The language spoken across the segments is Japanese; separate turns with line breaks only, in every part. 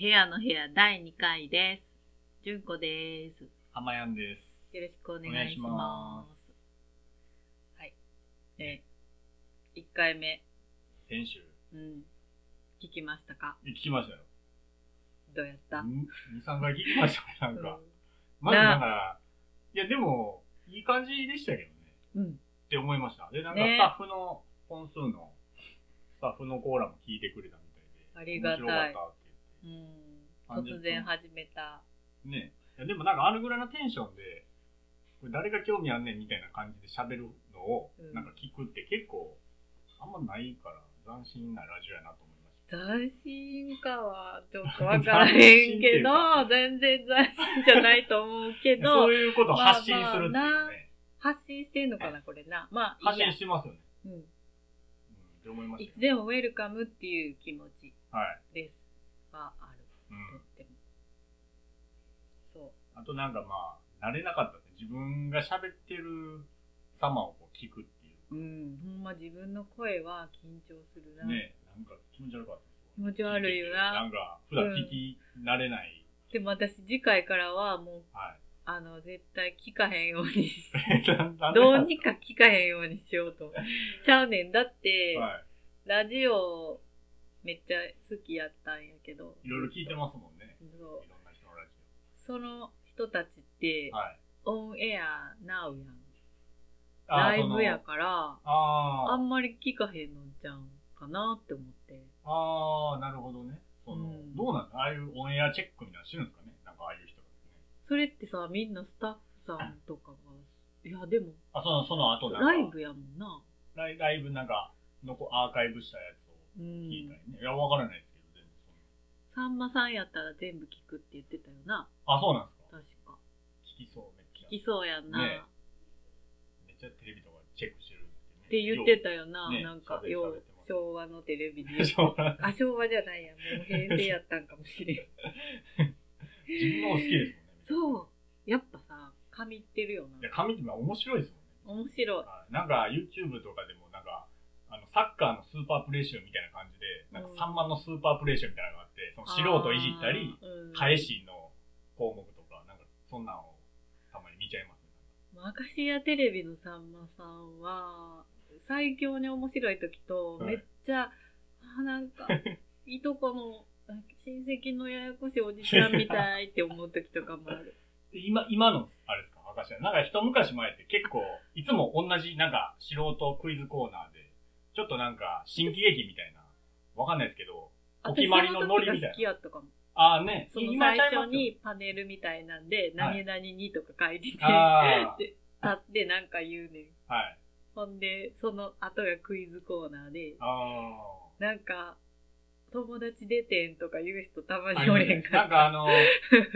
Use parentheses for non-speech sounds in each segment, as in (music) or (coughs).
部屋の部屋第2回です。じゅんこです。
浜やんです。
よろしくお
お願
願い
い
し
し
ま。
ます
はい。え、1回目、
先週、
うん、聞きましたか
聞きましたよ。
どうやった
2、3回聞きましたね、なんか。まず
な
なんか、いやでも、いい感じでしたけどね。
うん。
って思いました。で、なんか
ね
スタッフの本数の、スタッフのコーラも聞いてくれたみたいで。
ありがたい
面白かったって
う
言っ
ん。
30
突然始めた。
て。ねいやでもなんかあのぐらいのテンションで、これ誰が興味あんねんみたいな感じで喋るのを
うん、
なんか聞くって結構、あんまないから、斬新なラジオやなと思いました。、
斬新かは、ちょっとわからへんけど全然斬新じゃないと思うけ
(laughs) そ
ど
う、いうことを発信するっていうね。
まあまあな発信してんのかな、これな。まあ、い
発
いや
信。してますよね。
うん。
うん、って思いま
い
し
つ
た
で
よ。
もウェルカムっていう気持ち
はい。
です。はある。
う
と
ん
っ。ても。そ。
あとなんかまあ、慣れなかったね。自分が喋ってる様をこう聞くっていう
うん。ほんま自分の声は緊張するな。
う。ね、なんか気持ち悪かったです。
気持ち悪いよな
なんか、普段聞き慣れない。
でも私次回からはもう、
はい。
あの、絶対聞かへんように
(laughs)
し
なんで
ど
な
うん
で
にか聞かへんようにしようと。ちゃうねん。だって、
は
ラジオめっちゃ好きやったんやけど。
い。いろいろ聞いてますもんね。
そう
い。ろんな人のラジ
その人たちって
オ。、はい。
オンエアなうやん。
あ
ライブや
その
から、あ
あー
んまり聞かへんのちゃうんかなって思って。
あー、なるほどね。その、
うん
どうなんだああいうオンエアチェックみたいなのしてるんですかねなんかああいう人がね。
それってさ、みんなスタッフさんとかが、いや、でも、
あ、その、その後なんか
ライブやもんな。
ライライブなんか、のこアーカイブしたやつを
う
聞いたり
ん。
ね。いや、わからないですけど、全然そん
さんまさんやったら全部聞くって言ってたよな。
な。あ、そうなんですか
確か。
聞きそう、めっちゃ。
聞きそうやんな。
ねめっちゃテレビとかチェックしてるっ
って言ってたよな。
ね
なんか
喋、り
よ
喋っ
う
てます、
昭和のテレ
(laughs)
ビで。
ねしょうがない
あ、昭和じゃないや。もう平成やったんかもし
(laughs)
れん。
自分の好きですもんね。
そう。やっぱさ、神ってるよ
いや、
な。
紙ってまあ面白いですもんね。
面白い。
はいなんか、YouTube とかでも、なんか、あの、サッカーのスーパープレー集みたいな感じで、なんか
うん
3万のスーパープレー集みたいなのがあって、その素人いじったり、
あー、うん
返しの項目とか、なんか、そんなのをたまに見ちゃいますね。
アカシアテレビのさんまさんは、最強に面白い時と、
は
め
い
っちゃ、あ、なん
(laughs)
か、いとこの、あ親戚のややこしいおじさんみたいって思う時とかもある。
で今、今の、あれですか、証は。なんか一昔前って結構、いつも同じ、なんか素人クイズコーナーで、ちょっとなんか新喜劇みたいな、わかんないですけど、 (laughs) お決まりのノリ
私その時
みたいな
が好きやったかも。
ああね、
その
今
最
ちゃいま
初
すよ
にパネルみたいなんで、
は
何
い
々にとか書いてて、
あ
(laughs) 立ってなんか言うねん。
あ、はい。
ほんで、その後がクイズコーナーで、
あ
なんか、友達出てんとか言う人たま
あ。
におれん
なんかあの、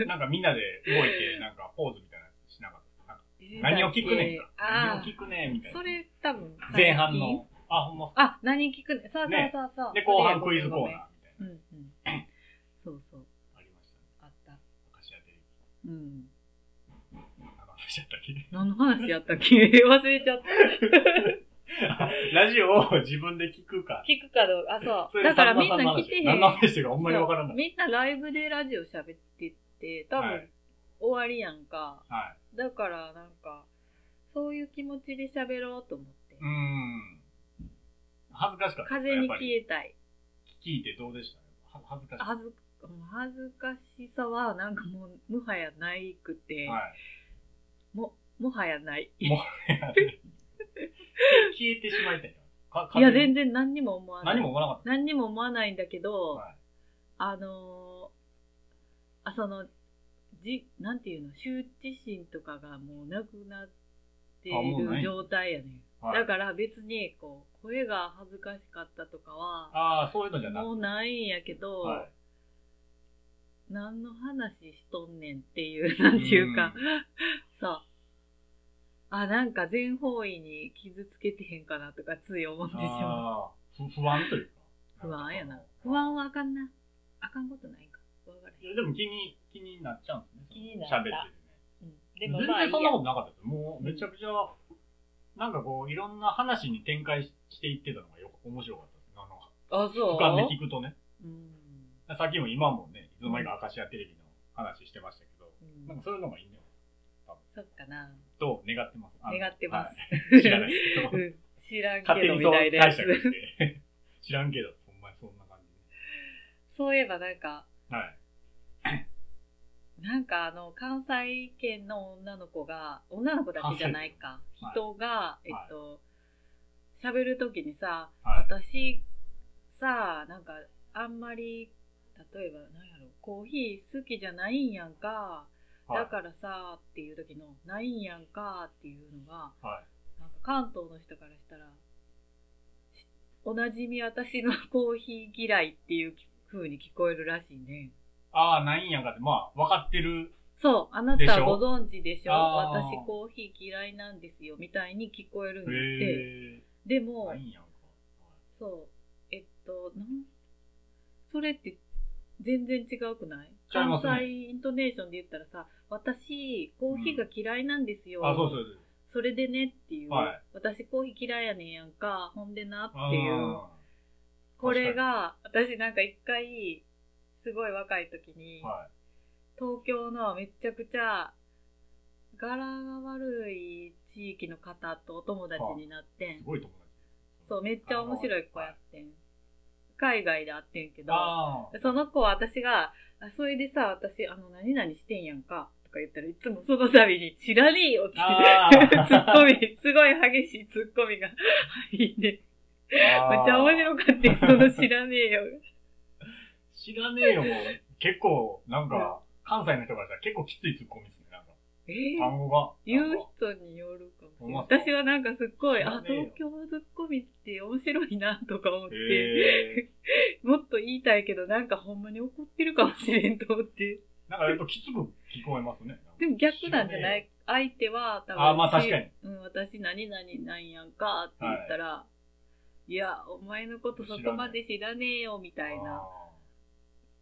なんかみんなで動いて、なんかポーズみたいなのしなかった。なんか何を聞くねんか。何
あ
を聞くねんみたいな。
それ多分最近
前半の。あ、ほんまっすか。
あ何聞くねそうそう
ね
そうそう、
で、後半クイズコーナーみたい
ーう
な。
んうんそうそう
ありましたね。
あった
証はテレビ。
うん
あの、証はテレビ。
何の話やったっけ忘れちゃった
(laughs) ラジオを自分で聞くか。
聞くかどうかあ
そ
そう
れ
だ
で
から
さ
みん
まさ
な
の話
来てへん
何の話してるかあんまりわからな
そう
い。
みんなライブでラジオ喋ってて多分、
はい
終わりやんか
はい。
だからなんかそういう気持ちで喋ろうと思って、
うーん。恥ずかしかった。
風に
やっぱ
消
り
えたい
聞いてどうでしたは恥ずかしかっ
恥ず恥ずかしさはなんかもうもはやないくて、
た。はい。
ももはやない
消えてしまいたいな。か
いや、
風
全
に
然何にも思わない。
何も思わなかっ
何にも思わないんだけ
た。
ど、
はい
あのーあ、その、じ、なんていうの、羞恥心とかがもうなくなってい
あもうな
る
い
状態やねん。
はい
だから別に、こう、声が恥ずかしかったとかは、
ああ、そういうのじゃな
も
く
うないんやけど、
て。は
何の話しとんねんっていう、 (laughs) なんていうか、 (laughs) そう。あ、なんか全方位に傷つけてへんかなとかつい思ってしまう。
ああ、ふ不安というか。
不安やな。
その
不安はあかんな。あかんことないんか。わからへん
いや、でも気に、気になっちゃうんですね。
気になった
喋っててね。
うんで
全
もまあいい
然そんな
や。
ことなかったです。もう、めちゃくちゃ、なんかこう、いろんな話に展開ししていってたのがよく面白かったです。あの、
あ、そう。
俯瞰で聞くとね。
うん。
さっきも今もね、いつの間にかアカシアテレビの話してましたけど、
うん
なんかそういうのがいいんじゃない
そっかな。
と願ってます。あの
願ってます (laughs)
はい知らないですけど
う。ん知らん
勝
け
手
ど
に
み
そう
たいなや
解
つ。
釈
(laughs)
して。知らんけど、ほんまにそんな感じ
そういえばなんか、
で。はい。
なんかあの、関西圏の女の子が、女の子だけじゃないか、
関西
人が、えっと、喋るときにさ、
はい
私さ、なんか、あんまり、例えば、なんやろ、コーヒー好きじゃないんやんか、
はい
だからさ、っていう時の、ないんやんか、っていうのが、
はい。
なんか関東の人からしたら、しおなじみ私のコーヒー嫌いっていう風に聞こえるらしいね。
ああ、ないんやんかって、まあ、分かってる。
そう、あな
でした
ご
ょ
存知でしょ
あー
私コーヒー嫌いなんですよ、みたいに聞こえるん
へ
でで
え。
も
な、いんやんか。
そう、えっと、なんそれって全然違うくない
違い
関
ますね
西イントネーションで言ったらさ、私、コーヒーが嫌いなんですよ。
あ、そうそうそう。
それでねっていう、
はい
私コーヒー嫌いやねんやんか、ほんでな
あ
っていう。
ー
これが、私なんか一回、すごい若い時に、
は
東京のめちゃくちゃ、柄が悪い地域の方とお友達になって
い。
ん
す。ごい友達。
そう、めっちゃ面白い子やってん。海外で会ってんけど、
あ
(laughs)
あ。
その子は私が、あそれでさ、私、あの、何々してんやんか、とか言ったらいつもその度に、知らねえよって、
あー
(laughs) ツッコミ、すごい激しいツッコミが (laughs) 入って、めっちゃ面
い。
白かったよその知らねえよ。
知らねえよ、もう。結構、なんか、関西の人からしたら結構きついツッコミですね、なんか。
えー
単語が。
言う人によるかもしれない
ほんまっすか
私はなんかすっごい、
知ら
あ、
ねえよ
東京のツッコミって面白いなとか思って、
ええ。
もっと言いたいけど、なんかほんまに怒ってるかもしれんと思って。
なんかやっぱきつく聞こえますね。
でも逆なんじゃな
知らねえよ
い相手は多分、
あーまあ確かに
うん、私何々なんやんかって言ったら、い、や、お前のことそこまで知らねえよみたいな、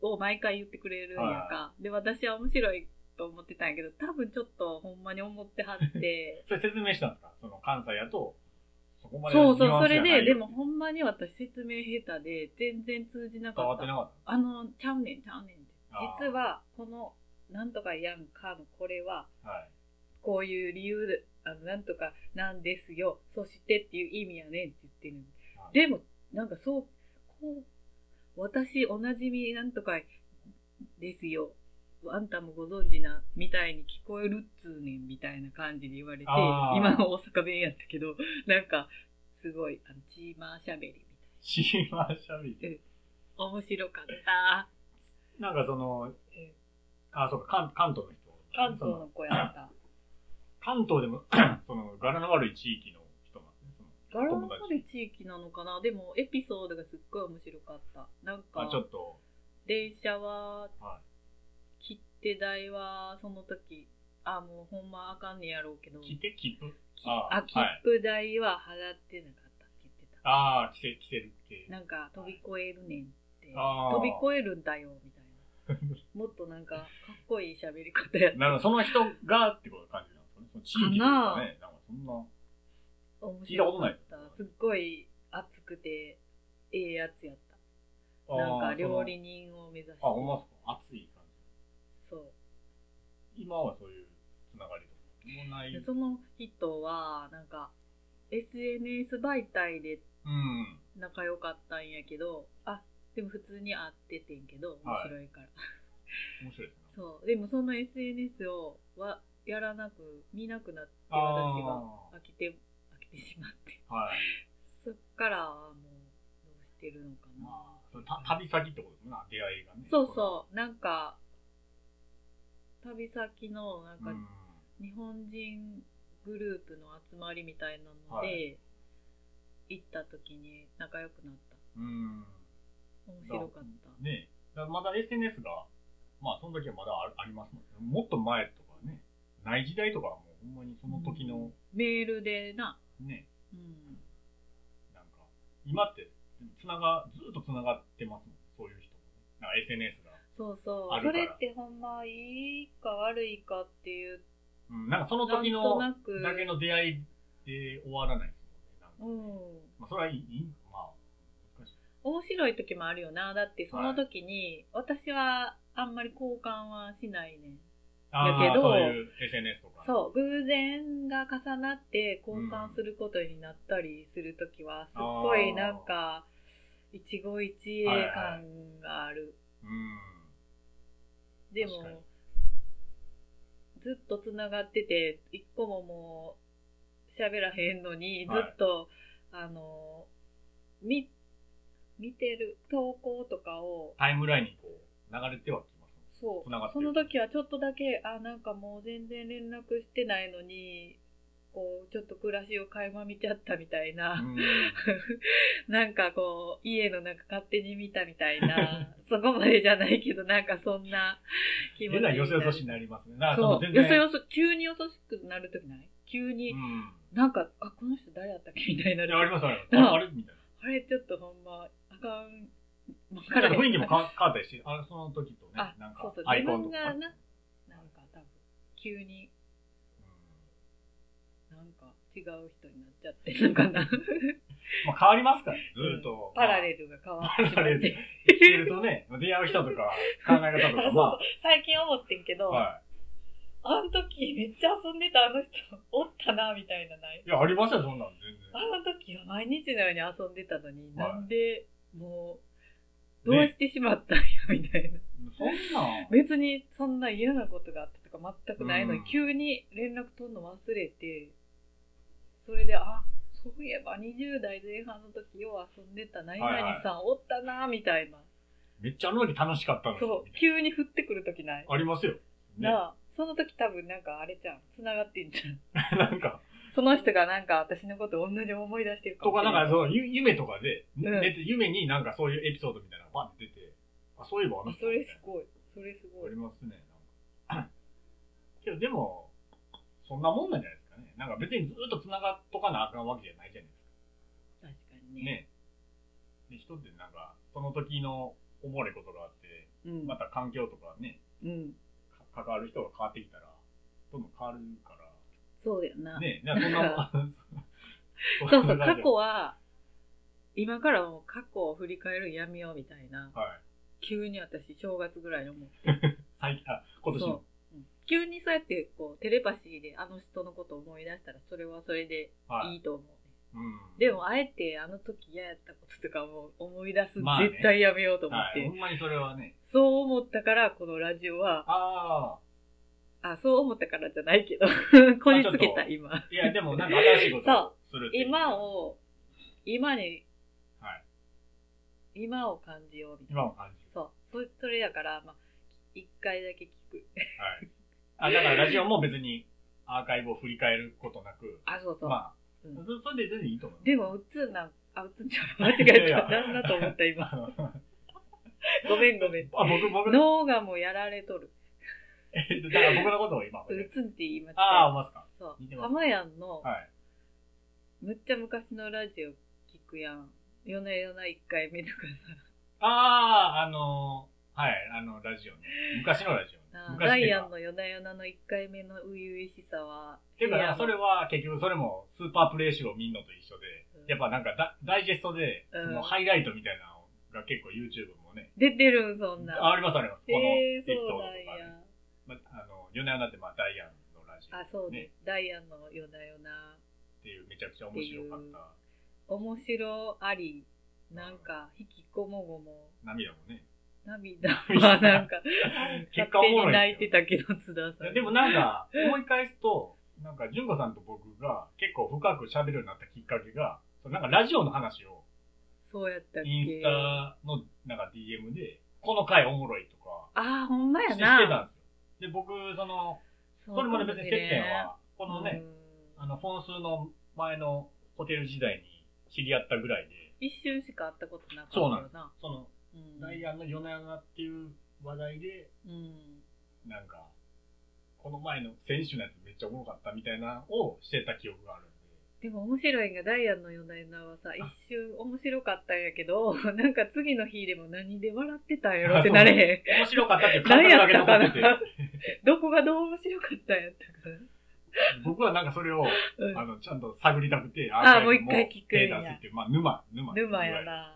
を毎回言ってくれるんやんか。で、私は面白いと思ってたんやけど、多分ちょっとほんまに思ってはって、
それ説明したんですかその関西やと、そこ (laughs) まで
そう
ニュ
そう、
アン
そ
スじゃ
れ
ない
で、
よ
でもほんまに私説明下手で、全然通じな
伝
か
わ
っ
っ
た。
てなかっ
あの、ちゃうねん、ちゃうねんって
あ。ー
実は、この、なんとかやんかのこれは、
た。はい。
こういう理由で、あの、なんとかなんですよ。そしてっていう意味やねんって言ってるの
はい
でも、なんかそう、こう、私、おなじみなんとかですよ。あんたもご存知な、みたいに聞こえるっつうねん、みたいな感じで言われて、
あー
今の大阪弁やったけど、なんか、すごい、あの、チーマーしゃべりみたい
シーマーシャビ
えな。面白かった。
なんかその、
え
あ、そうか、関関東の人。
関東の子やった。
関東でも、その、柄の悪い地域の人なんですね。そ
ガ
の
ラのある地域なのかなでも、エピソードがすっごい面白かった。なん
あ、
か
ち、ょっと、
電車は
は
切手代はその時あもうほんまあかんねやろうけど
い。着て、切符。あ
あ切
はい
符代は払ってなかったって言ってた
ああ、着て、着てるって。
なんか飛び越えるねんって
あー
飛び越えるんだよみたい
(laughs)
なもっとなんかかっこいい喋り方や
なんかその人がってこと感じなんですかね。その地域とかね。なんかそんな。
面
聞いた
白
こと
か
な
っ
い
たすっごい熱くてええやつやったなんか料理
に。
人を目指して
あ、ほんまっすか暑い感
そう
じ。今はそういうつながりとかもない。
でその人はなんか SNS 媒体で
うん。
仲良かったんやけどあでも普通に会っててんけど面白いから、
面白いですね。
そうでもその SNS をはやらなく見なくなって
ああ
私が飽きて飽きてしまって (laughs)
はい。
そっからはもうどうしてるのかな、
まあ、そのた旅先ってことですね、出会いがね。
そうそうなんか旅先のなんか
うん。
日本人グループの集まりみたいなの
は
で、
い
行った時に仲良くなった
うん。
面白かった
ねだからまだ SNS が、まあ、その時はまだあるありますもんね。もっと前とかね、ない時代とかはもうほんまにその時の
メールでな、
ね、
うん、
なんか、今って、つなが、ずっとつながってますもん、そういう人もね。なんか SNS が。
そうそう
あ。
そ
るから
れってほんまいいか悪いかっていう、
うん、なんかその時
なん
の
となく
だけの出会いで終わらないです
う
もんね。なんかね
ん。
まあ、それはいい、いいまあ、難しい。
面白い時もあるよな。だってその時に、私はあんまり交換はしないね。
あ
やけ
あ、
ど
そういう SNS とか。
そう、偶然が重なって交換することになったりするときは、すっごいなんか、一期一会感がある。
うん。
でも
確かに、
ずっとつながってて、一個ももう、喋らへんのに、ず
はい
っと、あの、み、見てる投稿とかを、
タイムラインにこう、流れてはきますね。
そう。
繋がって
そ
る
の時はちょっとだけ、あ、なんかもう全然連絡してないのに、こう、ちょっと暮らしを垣間見ちゃったみたいな、 (laughs) なんかこう、家の中勝手に見たみたい
(laughs)
な、そこまでじゃないけど、なんかそんな気
うん。
持ちに
え
なる
らいよそよそしになりますね。なん
そ
かの
う。
全然
よそよそ、急によそしくなるときない急に、
うん。
なんか、あ、この人誰やったっけみたいにないる。
や、ありますあれ。
うん
ああれみたいな。
あれ、ちょっとほんま、あかん。わ
ち
か
ょ
ら
(laughs) っ
へん
と雰囲気も変わ変わったりして、あれ、その時とね
あ、
なん
そう
か
そう、
アイコンと
自
か。
分がななんか多分、急に
うん
なんか違う人になっちゃってるのかな。
まあ変わりますからね、ずーっ
(laughs)
と。
パラレルが変わってしま
パラ
っ
レル
(laughs) て。
生きてるとね、出会う人とか、考
(laughs)
え方とか、ま
最近思ってんけ
あ、
ど、
は
あの時めっちゃ遊んでたあの人おったな、みたいなない
い。。いや、ありますよ、そんなん、全
あの時は毎日のように遊んでたのに、
はい
なんで、もう、どう
然。ね、
してしまったんや、みたいな。
そんなん、
別にそんな嫌なことがあったとか全くないのに、
うん
急に連絡取るの忘れて、それで、あ、そういえば20代前半の時よう遊んでた何々さんおったな、みたいな。
めっちゃあの時楽しかったのに。
そう、急に降ってくるときない。
ありますよ。ね。
なあ、その時多分なんかあれじゃん、繋がってんじゃん。
(laughs) なんか、そ
その人がなんか私のこと同じ思い出してるか
と
も
か、
し
な
れない。
んか、その、ゆ夢とかで、ね
うん
寝て夢になんかそういうエピソードみたいなのがバンって出て、あ、そういえばあの
あそれすごい。それすご
あ
い
り。ますね、なんか。 (clears throat) けど、でも、そんなもんなんじゃないですかね。なんか別にずっと繋がっとかなあかんわけじゃないじゃないですか。
確かにね。
ね。で人ってなんか、その時のおもろいことがあって、
うん。
また環境とかね、
うん。
か関わる人が変わってきたら、どんどん変わるか
そうだよな。
ら、ね、なんかそんな
(laughs)
もん (laughs)
そうそう、過去は、今からもう過去を振り返るんやめようみたいな。
はい。
急に私、正月ぐらいに思う。
最近、あ今年の
そ。うん急にそうやって、こう、テレパシーであの人のことを思い出したら、それはそれで
はいい。
いと思うね。
うん
で、も、あえてあの時嫌やったこととかも思い出す、
まあね
絶対やめようと思っ
は
て、
い。ほんまにそれはね、
そう思ったから、このラジオは、
あ
あ、そう思ったからじゃないけ
(laughs)
ど、こじつけ、
まあちょったと
今。
あ、いや、でもなんか新しいことをするっていう
今、を、今に、
はい
今を感じようみたいな。
今を感じる。
そう。そそれやから、まあ、一回だけ聞く。
はい。あ、だからラジオも別にアーカイブを振り返ることなく、
あ、そうそう。
まあ、
うん
そそれで全然いいと思います。
でも、うつなん、あ、うつんちゃう。 (laughs) 間違
いやい
え
や
た。なんだと思った、
(laughs)
今。
あのあ、
ごめん、ごめん。
僕、僕、 (laughs)
脳がもうやられとる。
えだから僕のことを
(laughs)
今、
うつんって言いました。
ああ、思いますか。
そう
似て。ます
浜やんの、
はい。
むっちゃ昔のラジオ聞くやん。夜な夜な一回目とかさ。
ああ、あのー、はい、あの、ラジオね。昔のラジ (laughs) オね
あ。ー
昔
ダ
って
イ
いう
アン
か。
の夜な夜なの1回目の初々しさは、
ていうか、
部
だ
屋
か
の
らそれは結局それもスーパープレイ集を見んのと一緒
うん
で、やっぱなんかダダイジェストで、そ
うん
のハイライトみたいなのが結構 YouTube もね、
出てるん、そん
あ
な。
ありますあります。
え
このエ
え
ピ
ー、
ソード
そう
と
なん
かね
や。
まあの、夜な夜なってまあダイアンのラジオ。
あ、そうです
ね。。
ダイアンの夜な夜な。
っていうめちゃくちゃ面白かっ
っていう
た。
面白あり、なんか、引きこもごも、
涙も
(laughs)
ね。
涙はなんか、
結
勝
果お
手
もろ
に
い
泣い
です
て
よ
たけど、津田
い
さ
や
ん。
でもなんか、思い返すと、なんか、純子さんと僕が結構深く喋るようになったきっかけが、そのなんかラジオの話を、
そうやったっけ
インスタのなんか DM で、この回おもろいとか、
ああ、ほんま
して
や
して
な。
たんですよ。で、僕、その、
そ
それまで別に接点
う
は、このね、
うん
あの、フォンスの前のホテル時代に知り合ったぐらいで、
一瞬しか会ったことなかった
そう
よ
なんで
な。
その、
うん
ダイアンの夜な夜なっていう話題で、
うん。
なんか、この前の選手のやつめっちゃおもろかったみたいなのをしてた記憶があるん
で
で、
も面白いんが、ダイアンの夜な夜なはさ、一瞬面白かったんやけど、 (laughs) なんか次の日でも何で笑ってたんやろってなれへ
面白かったっていう感覚だけ残ってて
何やったか、ん。 (laughs) どこがどう面白かったんやったか
僕はなんかそれを、
な。
あ
うん
の、ちゃんと探りたくて、
あ
ー
もう一回聞くんや
手出すっていう、まあ、沼、沼。
沼や。な。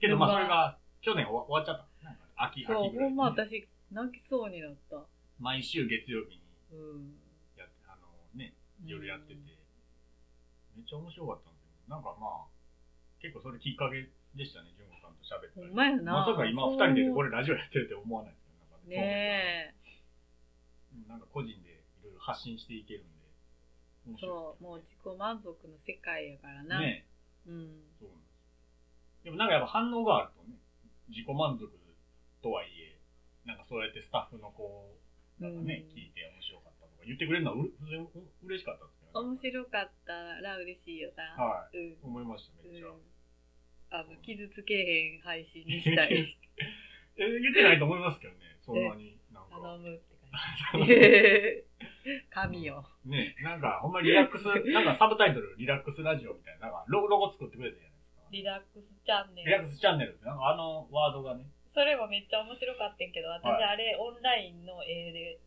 けど、まあ、
沼
それが、去年終わ終わっちゃった。なんか秋、秋
そう、
ぐら
ほ
い。
んま私、泣きそうになった。
毎週月曜日に
うん。
やって、あのね、夜やってて、めっちゃ面白かったんですけど、なんかまあ、結構それきっかけでしたね、純子さんと喋った
うん。ほ
り。
んまやな。
まさか今二人でこ
れ。
れラジオやってるって思わないですよね。なんか
ねえ。
そう思うとなんか個人でいろいろ発信していけるんで、面
そ
白
う、もう自己満足の世界やからな。
いですね。ね
うん。
そうなんです。でもなんかやっぱ反応があるとね、自己満足とはいえ、なんかそうやってスタッフのこう、なんかね、
うん
聞いて面白かったとか言ってくれるのはうれうう嬉しかったんですけど、
面
い。
白かったら嬉しいよな。
は
うん。
い。思いました、
う
めっちゃ。
ん。あの、傷つけへん配信にしたい。
えー言ってないと思いますけどね、 (laughs) そんなに。なんか。
頼むって感じ。 (laughs) 神よ。
(laughs) ねなんか、ほんまリラックス、なんかサブタイトル、リラックスラジオみたいな、なんかロ、ロゴ作ってくれたじゃないですか。
リラックスチャンネ
リラ
ル
ッ。クスチャンネルって、なんかあのワードがね、
それもめっちゃ面白かったんやけど、私
はい
あれオンラインの絵で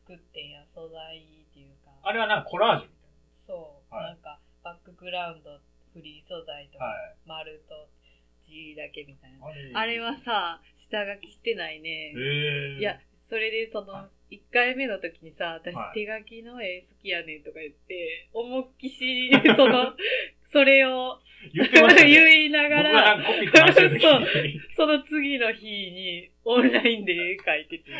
作ってんや、素材っていうか。
あれはなんかコラージュみたい
そう、
はい
なんかバックグラウンド、フリー素材と
な。は
か、丸と字だけみたいな。
い。
あれは、さ、下書きしてない
え
ね。
ー、
いや、、それでそ
は
の、1回目の時にさ、私
はい
手書きの絵好きやねんとか言って、思いっき
(laughs)
し、その、それを
言ってました、
(laughs)
ね。
言いな
僕
が
が
ら、
なんかコピーかしてる時に。
その次の日にオンラインで絵描いてて、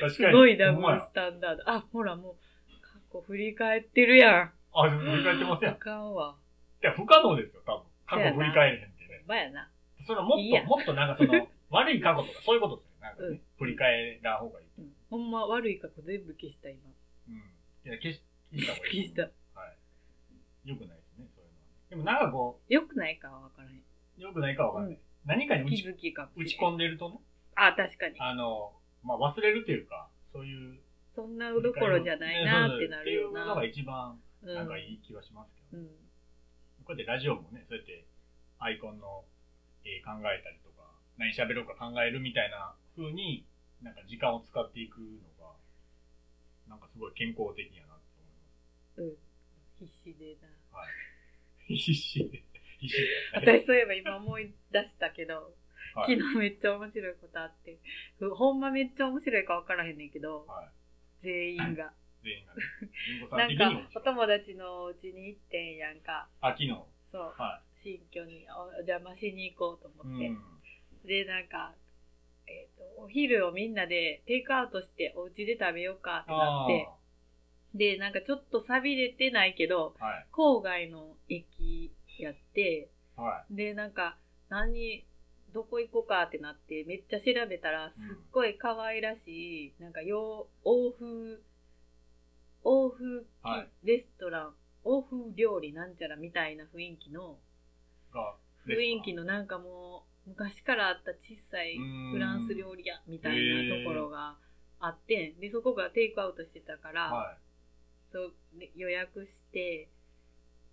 確
す
かに。
ごいダ
ほん
ブ
ま
ル
や
スタンダード。あ、ほらもう、過去振り返ってるやん。
あ、でも振り返ってません。
あ
い
かんわ。
や、不可能ですよ、多分。過去振り返れへんってね。
ほんまやな。
それはもっ
いい
と、
や
もっとなんかその、悪い過去とか、そういうことですね。なんかね、
うん
振り返らん方がいい。
うんほんま悪い過去全部消した今。
うん。いや、消し、消した方がいい。
消し
はい。よくないですね、そういうのは。でもなんかこ
よくないかはわからへん。
う、よくないかわかんない。何かに打
気
ち
づきかも
打
し
ち
れん
込んでるとね、
あ、確かに。
あの、まあ、忘れるというか、そういう。
そんなどころじゃないなってなるよ
っていうの
な
が。一番、
う
なんか
ん
いい気はしますけどね。
うん
こうやってラジオもね、そうやってアイコンの、えー考えたりとか、何喋ろうか考えるみたいな風に、なんか時間を使っていくのが、なんかすごい健康的やなって思いま
うん必死でな。
す。必死で。必死で。
私そういえば今思い出したけど、
は
昨
い。
日めっちゃ面白いことあって、ふほんまめっちゃ面白いか分からへんねんけど、
はい。
全員が。
全員がね。りんごさ
なんん
的に
か
も。、
お友達のお家に行ってんやんか、
あ、昨日。は
そう、
い。
新居にお邪魔しに行こうと
う
思って。
ん。
で、なんか、えっ、と、お昼をみんなでテイクアウトしてお家で食べようかってな
あ
って、で、なんかちょっと錆びれてないけど、
あ。はい。
郊外の駅やって、
は
で、なんか、何、どこ行こうかってなって、めっちゃ調べたら、すっごい可愛らしい、なんか洋、欧風、欧風
はい
レストラン、欧風料理なんちゃらみたいな雰囲気の、
い。が、
雰囲気のなんかもう、昔からあった小さいフ
フ
ランス料
理。
理屋みたいなところがあって、で、そこがテイクアウトしてたから、
は
そうで予約して、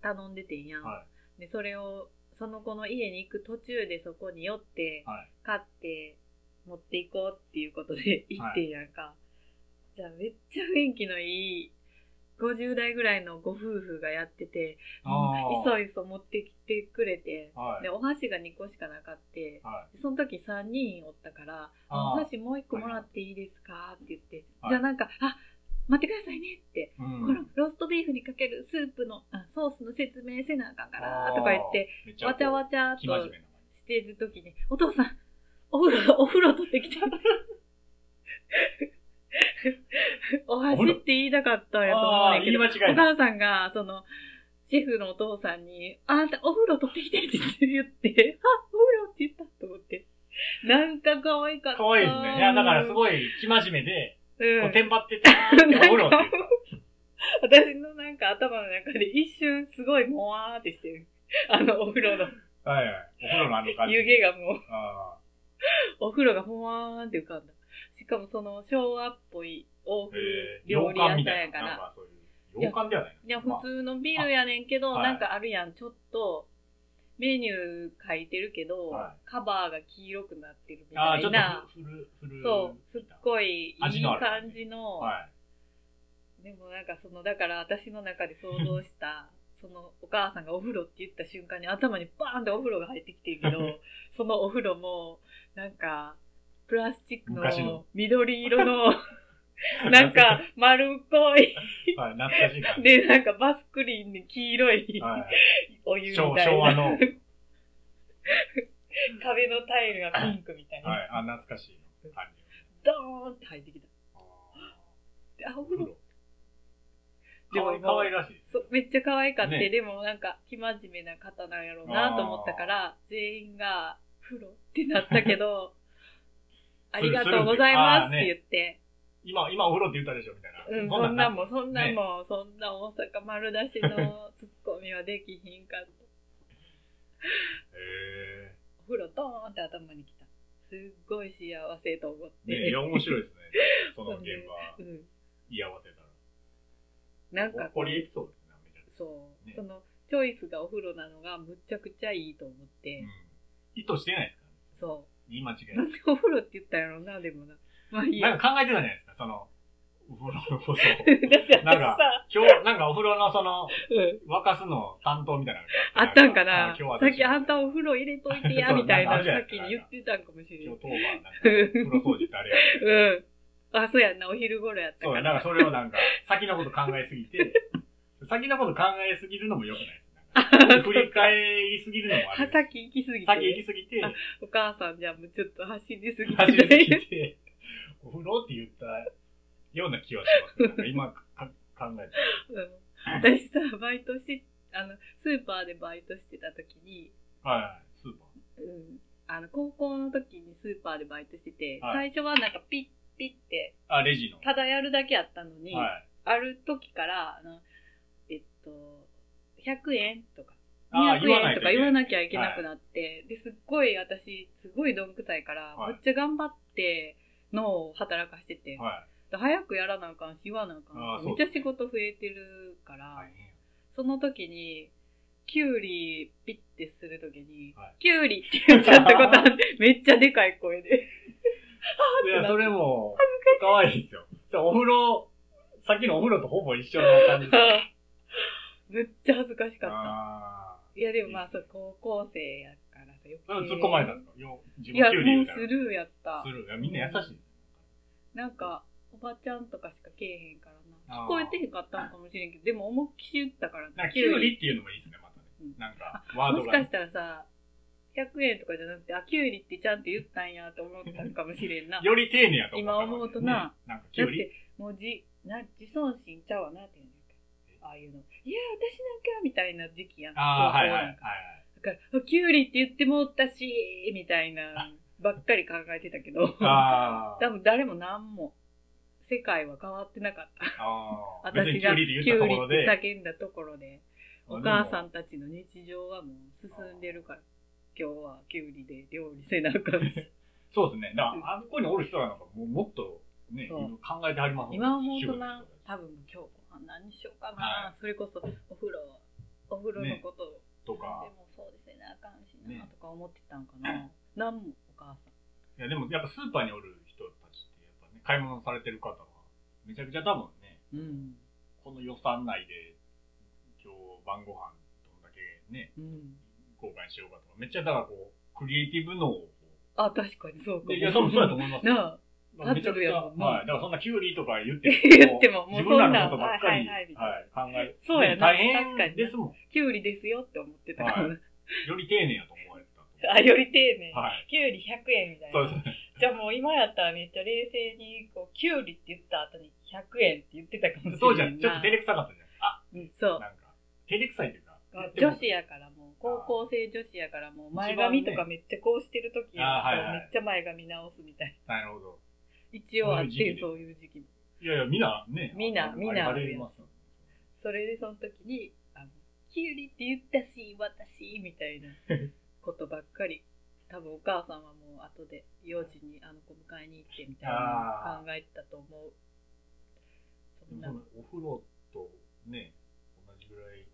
頼んでてんや
い。
ん。
は
で、それを、その子の家に行く途中でそこに寄って
い。、はい。
買って、持っていこうっていうことで行ってんやんか。じゃあめっちゃ雰囲気のいい、50代ぐらいのご夫婦がやってて、うんい
あ
そいそ持ってきてくれて、
あ。はい
で、。お箸が2個しかなかって、
はい。
その時3人おったから、
あ
お
ー
箸もう1個もらっていいですかって言って、
はい
じゃあなんか、あ、待ってくださいねって、
うん
このローストビーフにかけるスープのあソースの説明せなあかんからとか言って、
あー、めっちゃこう
わちゃわちゃっと
生真面目な感
してる時に、お父さん、お風呂、 (laughs) お風呂取ってきて。
(laughs)
お
お風
箸
呂
って言いたかったん
じ。
やと思うねんけど、
あー言い間違
お
いない。
母さんが、その、シェフのお父さんに、あんたお風呂取ってきてって言って、 (laughs) あ、お風呂って言ったと思って。なんか可愛かった。
可愛いですね。いや、だからす
い。
ごい、生真面目で、
う
こ
ん
う、、テンパってたーってお風呂っていうか。
私のなんか頭の中で一瞬すごいもわーってしてる。 (laughs) あのお風呂の
はいはい。お風呂のあの感じ。
湯気がもう、
あ
お風呂がもわーって浮かんだ。しかもその昭和っぽい欧
ー
風
えー
料
洋
理屋さ
館
ん
みたい
やか
な。な
ら。
んかそういう。洋館ではないな。
いや、
まあ
普通のビールやねんけど、
あ
なんかあるやん、ちょっと、メニュー書いてるけど、
は
カバーが黄色くなってるみ
あ
た
ー、ちょ
い
っと
な。
ふ、ふる、ふる。
そう、すっごいいい
味のある
感じの、
はい。
でもなんかその、だから私の中で想像した、 (laughs) そのお母さんがお風呂って言った瞬
(laughs)
間に頭にバーンってお風呂が入ってきてるけど、そのお風呂も、なんか、プラスチック
昔
の
の
緑色
(laughs)
の、なんか丸っこい、
はい、懐かしい感じ。
で、なんかバスクリーンに黄色い
はいは
お湯
い、
み
昭
たい
昭和
な、
の、はい、
壁のタイルがピンクみたいな、
あ、懐かしい感じ。
ドーンって入ってきた。
あ
であ、
ー
お
お
風
風
呂
呂
で
か
も
わいかわいらしい。
そうめっちゃ可愛かって、
ね
でもなんか、生真面目な方なんやろうなと思ったから、全員が、風呂ってなったけ
(laughs)
ど、ありがとうございますって言って、
今、今お風呂って言ったでしょみたいな。
うん、そんなん
な
も、そんなんも、そんな大阪丸出しのツッコミはできひんかった。
へ
お風呂ドーンって頭に来た。すっごい幸せと思っ (laughs)
え。ねえ、い
て。
や、面白いですね。その現場
う、ん。
居合わせたら。
なんか
ほ、こりエピソードですね、めちゃくちゃ。
そう、
ね
その、チョイスがお風呂なのがむちゃくちゃいいと思って、
うん意図してないですからね。
そ。
言い間違いうな
ないんでお風呂って言ったんやろな、でもな。まあいいや。 (laughs)
なんか考えてたじゃないですか、その、お風呂のことを。
だって
な
私
んか
さ、
今日、なんかお風呂のそ
(laughs)
の、
うん
沸かすの担当みたいなのが
あったんかな
あ今日は
さ
私
っきあんたお風呂入れといてや、みたいな、
(laughs) そうなんかあるじゃな
さ
い
っきに言ってたんかもしれ
今
ん
日。当番なんか、風呂掃除ってあれや。
うん。あ、そうやんな、お昼頃やった
そう
か
や、なん
ら。
かそれをなんか、先のこと考えすぎ
(laughs)
て、先のこと考えすぎるのも良くないです。なん
(laughs)
か振り返りすぎるのもある。
さっき行き過ぎ
先行
て、
きすぎて、
お母さんじゃあもうちょっと走りすぎ
走りすぎ
(laughs) て。
て、お風呂って言ったような気はしますけど、なんか今か考えて。
うん私さ、バイトし、あの、スーパーでバイトしてた時に、
はいはい、スーパー。
うん、あの、高校の時にスーパーでバイトしてて、
はい
最初はなんかピッピッって、
あ、レジの。
ただやるだけやったのに、
はい。
ある時から、あの、えっと、100円とか、
あー
200円とか言わ
な
な
い
きゃいけなくなって、ですっごい私、すごいどんくさいから、
はい
めっちゃ頑張って脳を働かしてて
と、はい。
で早くやらなあかんし、言わなあか
あ
ん
ー
し、
そ
め
う
っちゃ仕事増えてるから、
はい
その時に、キュウリピッてする時に、
はい
キュウリって言っちゃったことあ
(laughs)
るめっちゃでかい声で。
いや、それも、かわいいですよ。じゃあお風呂、さっきのお風呂とほぼ一緒の感じです。
めっちゃ恥ずかしかった。
あ
いやでもまあ、そう高校生やからさ、よ
ーなんか突っ込まれたんですかよ自
いや、
分
も
キュウ
う
リみたい
ス
な。
ルーやった
す。る。いやみんな優しい。
なんか、おばちゃんとかしかけえへんからな。
あー
聞こえてへんかったんかもしれんけど、でも思いっきり言ったから
なんか、キュウリっていうのもいいですね、またね
うん。
なんか、ワー
もし
ドが
か。したらさ、100円とかじゃなくて、あ、キュウリってちゃんと言ったんやと思ったんかもし
(laughs)
れんな。
より丁寧やと思った
今思うとな。
ねなんか、キ
だっ
ュウリ
て、もうじ、な、自尊心ちゃうわなって言うんだけどああいうの。いや、私なんか、みたいな時期やん。
ああ、はい
高校
はいはい
な
は
ん
い
か。だから、あキュウリって言ってもったし、みたいな、ばっかり考えてたけど。
あー
多分誰も何も、世界は変わってなかった。 (laughs)
あー。別
私
にキュ
が
ウ
キ
リって言
ュ
った
ウ
と
リ
こ
っ
ろ
て
で。
叫んだところで、お母さ
ん。
んたちの日常はもう進んでるから、今日はキュウリで料理せなあかんし。
そうですね。だから、あそこにおる人がなんか、もうもっと、ね、い
そう
ろいろ考えてはりますもん
今思うと
主
な
婦の人、
多分今日ご飯何にしようかな。
は
それこそお風呂、お風呂のことを、
とか
で。もそうですね、あかんしな
ね
とか思ってたんかな。なんもお母さん。
いや、でもやっぱスーパーにおる人たちって、やっぱね、買い物されてる方は、めちゃくちゃ多分ね、
うん。
この予算内で、今日晩ご飯どんだけね、
うん。
交換しようかとか、めっちゃだからこう、クリエイティブ能を。
あ、確かにそうかも。
いや、多分そうだと思いますよ。
なあ。
だからめちゃくちゃ、
パズルやもんな
はい。だからそんなキュウリとか言って
(laughs) 言ってももう
自分らのことばっか
そ
り、
んなはいはいは
はい、考え
そうやな
大
確かに
変
な
ですもん。
キュウリですよって思ってたから。
はより丁寧やと思われたと。
あ、より丁寧に。
はい。
キュウリ100円みたい
そうで
な
す。ね。
じゃあもう今やったらめっちゃ冷静に、こう、キュウリって言った後に100円って言ってたかもしれない。
そうじゃん。ちょっと照れくさかったじゃ
うん、そ
ん。あ、なんか、照れくさいというか。
う。
でも
女子やからもう、高校生女子やからもう、前髪とかめっちゃこうしてる時や
あーはい
から、
はい
めっちゃ前髪直すみたい
なるほど。
な。一応あっ
そうい
て、
う時期
そういう時期も。
いやいや、みんなね。
みんな
あの
みんな
あれありますよね
それでその時に、あの、キュウリって言ったし、私、みたいなことばっかり。多分お母さんはもう後で幼児にあの子迎えに行ってみたいなのを考えてたと思う。そん
で
な
もそのお風呂とね、同じぐらい、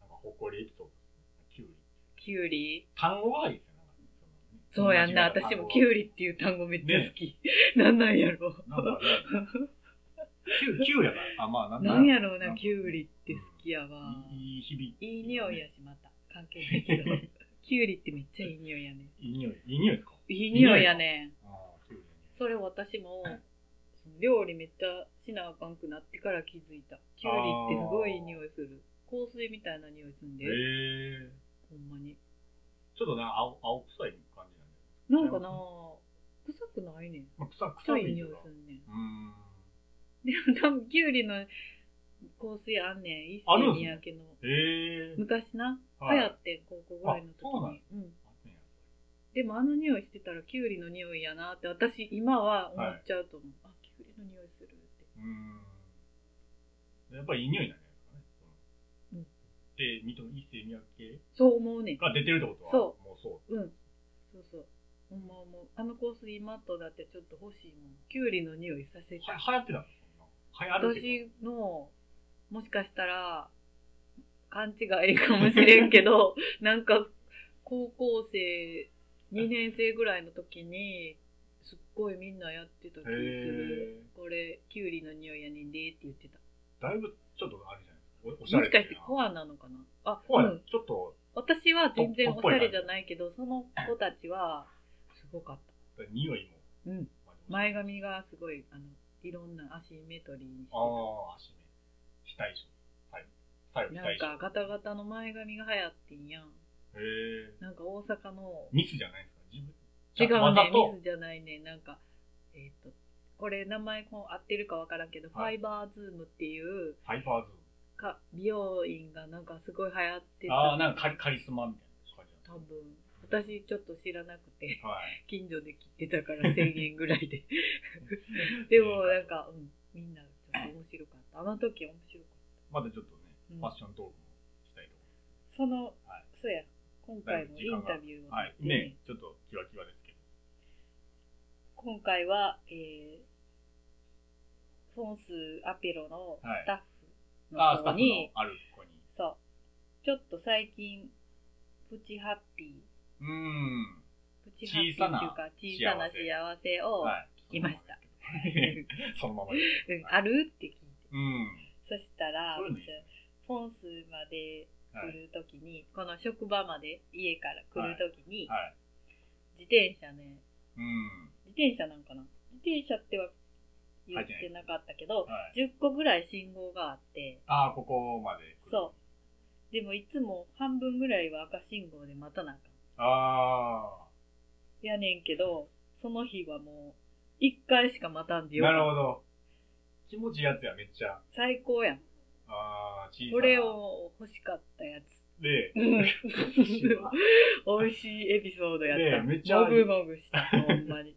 なんか誇りエピソードですね。キュウリ。
キュウリ
単語がいいですよね。
そうやんな。私もキュウ
リ。
リっていう単語めっちゃ好き。 (laughs) なんなんやろう。
なんだろうね。キュウキュウやから。あ、まあ、なんだ
なんやろうな、
なんか
キュウリって好きやわ。
いい響き。
いい匂いやし、ま
(laughs)
た。関係ないけど。キュウリってめっちゃいい匂いやね。
いい匂い。いい匂いですか
いい匂いやね。
ああ、キュウ
それ私も、その料理めっちゃしなあかんくなってから気づいた。きゅうりってすごい匂いする。香水みたいな匂いするんで、
へえ
ほんまに。
ちょっとなんか青青臭い感じなん
なん
で。
かな臭くないねん。
まあ、臭
臭
臭
い
い
匂い
とか
すんねん。
うーん。
でも多分、きゅうりの香水あんねん。一
ある
世
んす
三
ね
宅の。
へえー。
昔な、
はい
流行ってん、高校ぐらいの
あそうな
時
ん
に。うん。でもあの匂いしてたらキュウリの匂いやなって私今は思っちゃうと思う、あキュウリの匂いするって
うーん。やっぱりいい匂いなんじゃな
う
いですかね。うんん、で、水戸の一世三宅
そう思うねん
が出てるってことは、
そ
もうそう。
うんそうそうほんま思うあの香水今とだってちょっと欲しいもんキュウリの匂いさせた
は流行ってたのそんな流行るっていうか
私のもしかしたら勘違いかもしれんけ
(laughs)
どなんか高校生2年生ぐらいの時にすっごいみんなやってた気がする
へ
これキュウリの匂いやねんでって言ってた
ーだいぶちょっとあれじゃないですか。おおしゃ
も
れ
し
って
か
い
して
うのは
コアなのかなあ、
怖い、
うん。
ちょっと、
私は全然おしゃれじゃないけど、その子たちはすごかっ
匂いも。
た。うん。前髪がすごい、あの、いろんなアシンメトリーにして
ああ、足目。非対称。はい。左
た。
右非
なん
対称。
かガタガタの前髪が流行ってんやん。
へえ。
なんか大阪の、
ミスじゃないですか自分。
違う
わざ
ね、
と
ミスじゃないね、なんか、えっ、と、これ名前こう合ってるかわからんけど、
は
フ
い
ァイバーズームっていう
ハイパーズー
か美容院がなんかすごい流行って
ム。ああ、
た。
なんかカリカリスマみたいな感じ
多分、私ちょっと知らなくて。
なんはい。
近所で切ってたから1000円ぐらいで。 (laughs) でもなんか、うん、みんなちょっと面白かった。あの時面白かっ
まだちょっとね、
うん
ファッショントークもしたいと
た。その、
はい
そうや、今回のインタビュー
思う。はい。
で
ね、ちょっとキワキワですけど。
今回は、えー、フォンスアペロのスタ
ああ、
ッ
ス
フ
タ
の方
ッフ
に、
のある子に。
そう、ちょっと最近、プチハッピ
うーん。
ー、プチハッピーっていうか小さな幸せを、
は
聞
い。
きました。
そのままです。
(laughs) うんあるって聞いて。
うん。
そしたら、
そういうのいいですね。
フォンスまで
は
来
い。
るときに、この職場まで家から来るときに、
はい。
自転車ね、
うん。
自転車なんかな自転車っては言ってなかったけど、
はい。
10個ぐらい信号があって、
ああ、ここまで来る。
そでもいつも半分ぐらいは赤信号で待たなあかん。
ああ。
やねんけど、その日はもう、1回しか待たんでよ
なる
かっ
ほど。気持ちいいやつや、めっちゃ。
た。最高やん。
ああ、小さ
こ
な。
れ。を欲しかったやつ。
で、
(laughs) 美味しいエピソードやった。
ねえめっちゃ
もぐもぐした、ほんま
(laughs)
に。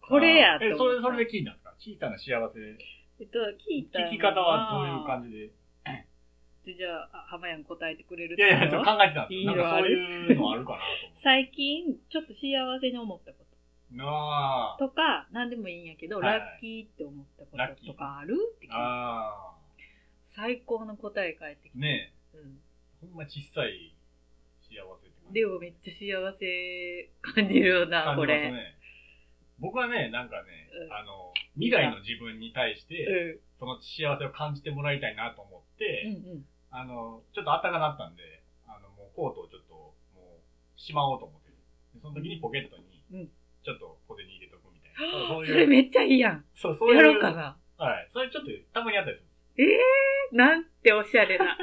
これや
え、
と
そ
思っ
れ、
た
それで聞いたんですか小さな幸せ。
えっと、聞いたの
聞き方はどういう感じで
じじゃあ、浜やん答えてくれる
いやいや、ちょっと考えてたんですよ。
いい
な
の
んか
あ
そう
る
いうのあるかなと思って。
最近、ちょっと幸せに思ったこ
なあ
と。とか、なんでもいいんやけど、
はいはい
ラッキーって思ったこ
ラッキ
と
ー
とかあるって聞いた
ああ。
最高の答え返ってきた。
ね
うん
え、ほんま小さい幸せって感じ
でもめっちゃ幸せ感じるよな、こ
感じます
れ。
ね。僕はね、なんかね
う、ん
あの、未来の自分に対して、
う
その幸せを感じてもらいたいなと思って、
ん。うん
あの、ちょっと暖かなったんで、あの、もうコートをちょっと、もう、しまおうと思ってる。でその時にポケット
う
に
ん、
ちょっと小銭入れとくみたいな。
う。
そうん
そ
い
れ
う、
めっちゃいいやん。
そう、そういう。
やろうかな。
はい。それちょっと、たまにあったりする。
(laughs) なんておしゃれな。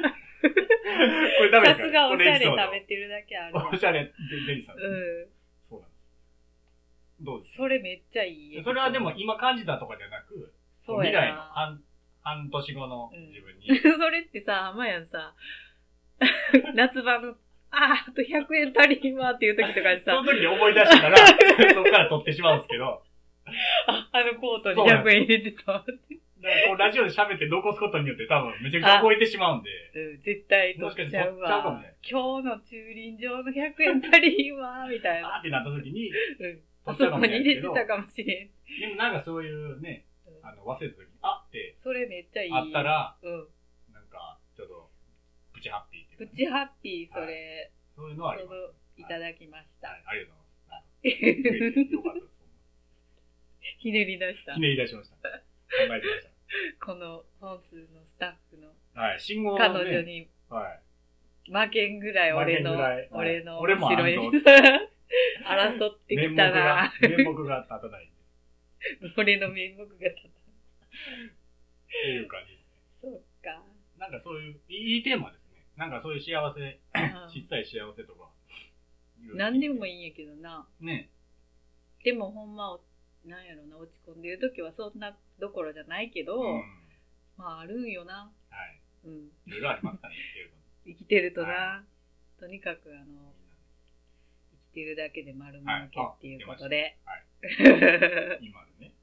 これダメで
さ
すか
すがおしゃれ食
こ
べ
れエ
てるだけある
ピソードおしゃれで、デリさん。
うん。
そうなんです。どうです
それめっちゃいい
で
よ。
それはでも今感じたとかじゃなく、
そう
未
や
来の
な。
半半年後の自分に、
(laughs) それってさ、まやんさ、 (laughs) 夏場の、あーあと100円足りひんわっていう時とかに
そ
さ
の、時に思い出した
(laughs)
から、そこから撮ってしまうんですけど、
ああのコートに100円入れてた。
だからこうラジオで喋って残すことによって多分めちゃくちゃ覚えてしまうんで、
うん、絶対取っちゃう
もしかして取っちゃうかも
わ
ね。
今日の駐輪場の100円足りひんわみたい
あー
な。
ってなった
(laughs)
時に、
うん。あそ
取っちゃうか
こ
も
に
しれない
入れ
です
て
けど
たかもしれん。
でもなんかそういうね、
うん
あの、忘れた時に、あって、
それめっちゃいい。
あった。ら、
うん。
なんか、ちょっと、プチハッピーってい
プ
うかね、
チハッピー、それ、
そういうのはあります。
いただきました。 (laughs)
はい、ありがとうございます。よかっ
ひ
たです。
ねり出した
ひ。ねり出しました。考えてまし
このフォンスのスタッフの
た。はい、信号をね
彼女に
はい。
負けんぐらい俺の
負けんぐらい、
俺の
俺も
面白い
安。
(laughs) 争って
面
き
目
たな
が、。面目が立たない
俺の面目が立たない。
っていう感じですね。
そう
(coughs)
か。
なんかそういう、いいテーマですね。なんかそういう幸せ、
う
小さい幸せとか。
ん何でも
い
いいんやけどな。
い。ね。
でもほんま、おなんやろな、落ち込んでる時はそんなどころじゃないけど、
うんは
まああるんよな。
い。
うん。
いろいろありますからね、っていうこ
生きてるとな、
は
とにかくあの
とみんな
生きてるだけで丸儲けっていうことで、 (laughs)
はい今のね。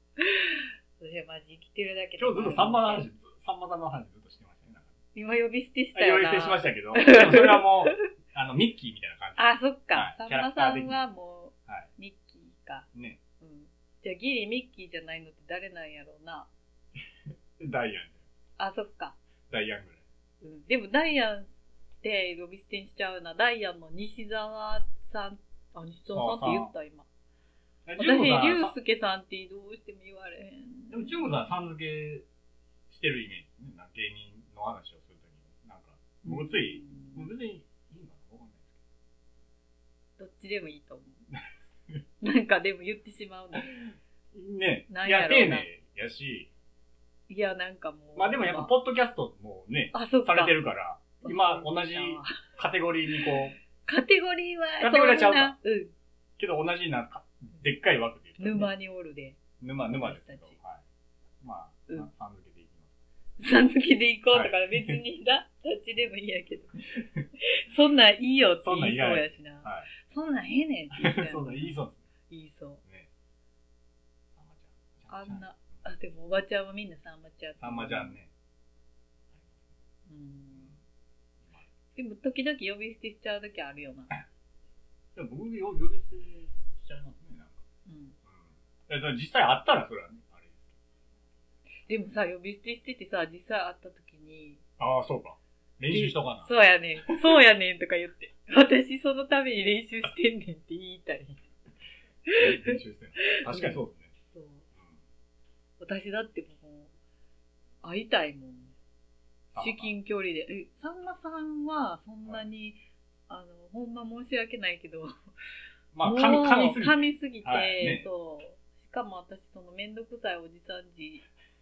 私はマジ生きてるだけで
今日ずっとサンマの話、
丸
ず
儲け
さんまさんの話ずっとしてましたね。なんか
今呼び捨てしたよ
用
な
意してしましたけど、 (laughs) でもそれはもう、あの、ミッキーみたいな感じ。
あそっか、
はい
さん
キャラ
ま
クタ
さ
ー的
ん
に
はも
は
うミッキーか、
い。ね。
うん、じゃあギリミッキーじゃないのって誰なんやろうな
ダイアン。
あそっか、
ダイアンぐらい。
うん、でもダイアンって呼び捨てにしちゃうなダイアンの西澤さんあ西澤さんって言った今私
ジュンコ
竜
さん
介さんってどうしても言われへん
でも、ジュンコさんはさん付けしてるイメージね。なんか芸人の話をするときに。なんか、僕つい、
う
も
ん
う別にいいのかなわかんないです
どっちでもいいと思う。 (laughs) なんかでも言ってしまうの。
けど。ね。
なん
い
や
や、
ろ
丁
うな
寧やし、
いや、なんかもう。
まあでもやっぱ、ポッドキャストもね、
あ、そうか。
されてるから、今同じカテゴリーにこう、
カテゴリーは、
カテゴリーはちゃうか
そんなうん。
けど同じなんか、でっかい枠で言ったらね
沼におるで。
沼、沼ですけど、は
私
い。ま
うん
あ、さん付けでいきます。
さん付けで行こうとか、別にな、どっちでもいいやけど。そんなんいいよって言いそうやしな。
はい。
(laughs) そんなんええねんって言いそうや
(laughs) そうだ、いいそう
言いそう。
ですね。さんまちゃん。
あんな。あ、でもおばちゃんはみんなさんまちゃん。
さんまちゃん。ね。
うん。でも時々呼び捨てしちゃう時あるよな。
でも僕、よ呼び捨てしちゃいますね、なんか。
うん。
うん。え、だから実際あったら、それはね、あれ。
でもさ、呼び捨てしててさ、実際会った時に、
ああ、そうか。練習しとかな。
そうやねん、そうやねんとか言って、私そのために練習してんねんって言いたい。
練習してない確かにそうですね。
そう
うん
私だってもう、会いたいもん。至。近距離で。え、さんまさんはそんなに、あの、ほんま申し訳ないけど、
まあ、
もう
神、神すぎて。
噛みすぎて、
はいね
そう。しかも私、そのめんどくさいおじさんじ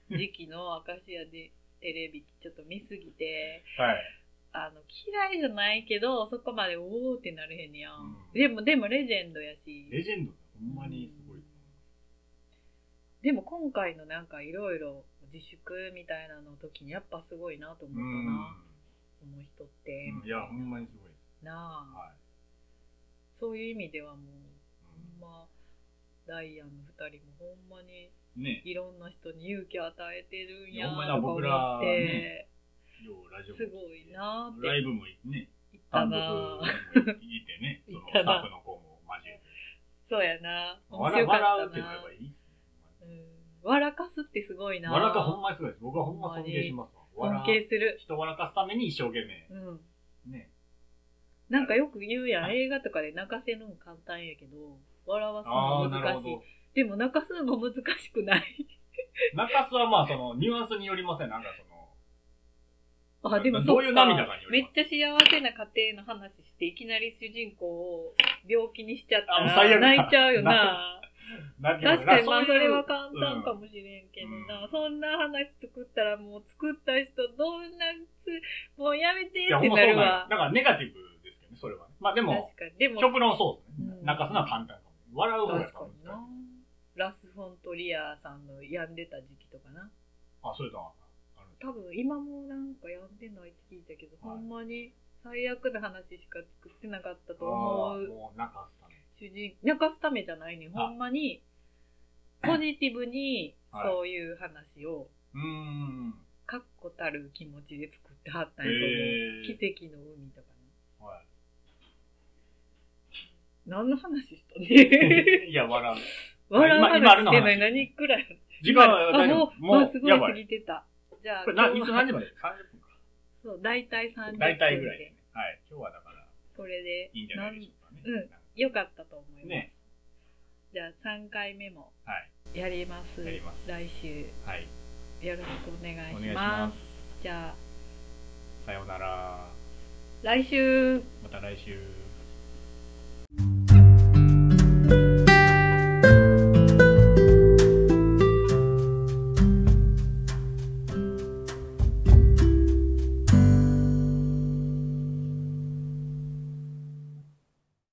時期のアカシアでテレビちょっと見すぎて、
はい。
あの、嫌いじゃないけど、そこまでおーってなれへんやん。
うん
でも、でもレジェンドや
レ
し。
ジェンドだほんまにすごい。
でも今回のなんかいろいろ自粛みたいなの時にやっぱすごいなと思っ
う
た
ん
な。。この人って。
いや、ほんまにすごいです。
なあ、
はい。
そういう意味ではもう、ほ
うん
んま、ダイアンの二人もほんまに
ね、
いろんな人に勇気を与えてるんや
いやほんま
な
だ
とか思
僕ら
って、
ねようラジオも
すごいなーって
ライブもね、
行った
単独
な
も
あ
い
(laughs)
てね、その
行っ
ス
た
タ
な
ッフの子も交えて。
そうやな。面
笑
白か
笑う
っ
って
た
言え
な
ば。いいっす
う
ね。
ん。笑かすってすごいな。
笑かほんまにすごいです。僕はほんま尊敬しますわ。
尊
笑
敬する。
人を笑かすために一生懸命。
うん。
ね。
なんかよく言うやん、映画とかで泣かせるの簡単やけど、笑わす
ああ、
の
なる
難
ほ
しい
ど。。
でも泣かすのも難しく
(laughs)
ない。
中洲はまあ、その、ニュアンスによりません。なんかその、
あ、でも
ど
そうっ
いう
か
涙かによ
め
り
っ
ます。
ちゃ幸せな家庭の話して、いきなり主人公を病気にしちゃった
あもう最
ら
悪だ
泣いちゃうよな。
なる
確
ほど
かにま
な
あ
う
そ
いう
れは簡単かもしれんけどな、
うん
そんな話作ったらもう作った人どんなつ、もうやめて
いや、
っ
ほん
てな
まそうな
るわ
んよだ。からネガティブですけどね、それはね。まあでも、
確かに。でも、
極論そうですね
う。ん
泣かすのは簡単かも。笑う方がやっ
確
ぱ
か
難
に
しい。
な。ラス・フォントリアさんの病んでた時期とかな。
あ、それとは、ある
多分今もなんか病んでないって聞いたけど、
はい
ほんまに最悪な話しか作ってなかったと思
あー
う
もう泣かすため。
主人、泣かすためじゃないねん。
あ
ほんまに、ポジティブに
はい
そういう話を、
うーん。
確固たる気持ちで作ってはったんやと思う。
えー。
奇跡の海とかね。
は
何の話しとんねん
(laughs) い。いや、笑う。
笑う
今今あ
話
る
し
の
て
話
んのに何くらい
時間は
あ
大丈
も
夫。
う、もう
も
す
う、
ごい
やば
過
い。
ぎてた。じゃあ、
これ、な、い
今
つ
日
何
は
時まで ?30 分か。
そう、大体30分で。
大体ぐらいですね。はい。今日はだから、
これで、
いいんじゃないでしょうかね。
なんうん良かったと思います。
ね
じゃあ、3回目も
はい。
やります。
やります
来週、
はい。
よろしくお願い
お願い
し
し
ま。
ますす。
じゃあ、
さようなら。
来週、
また来週。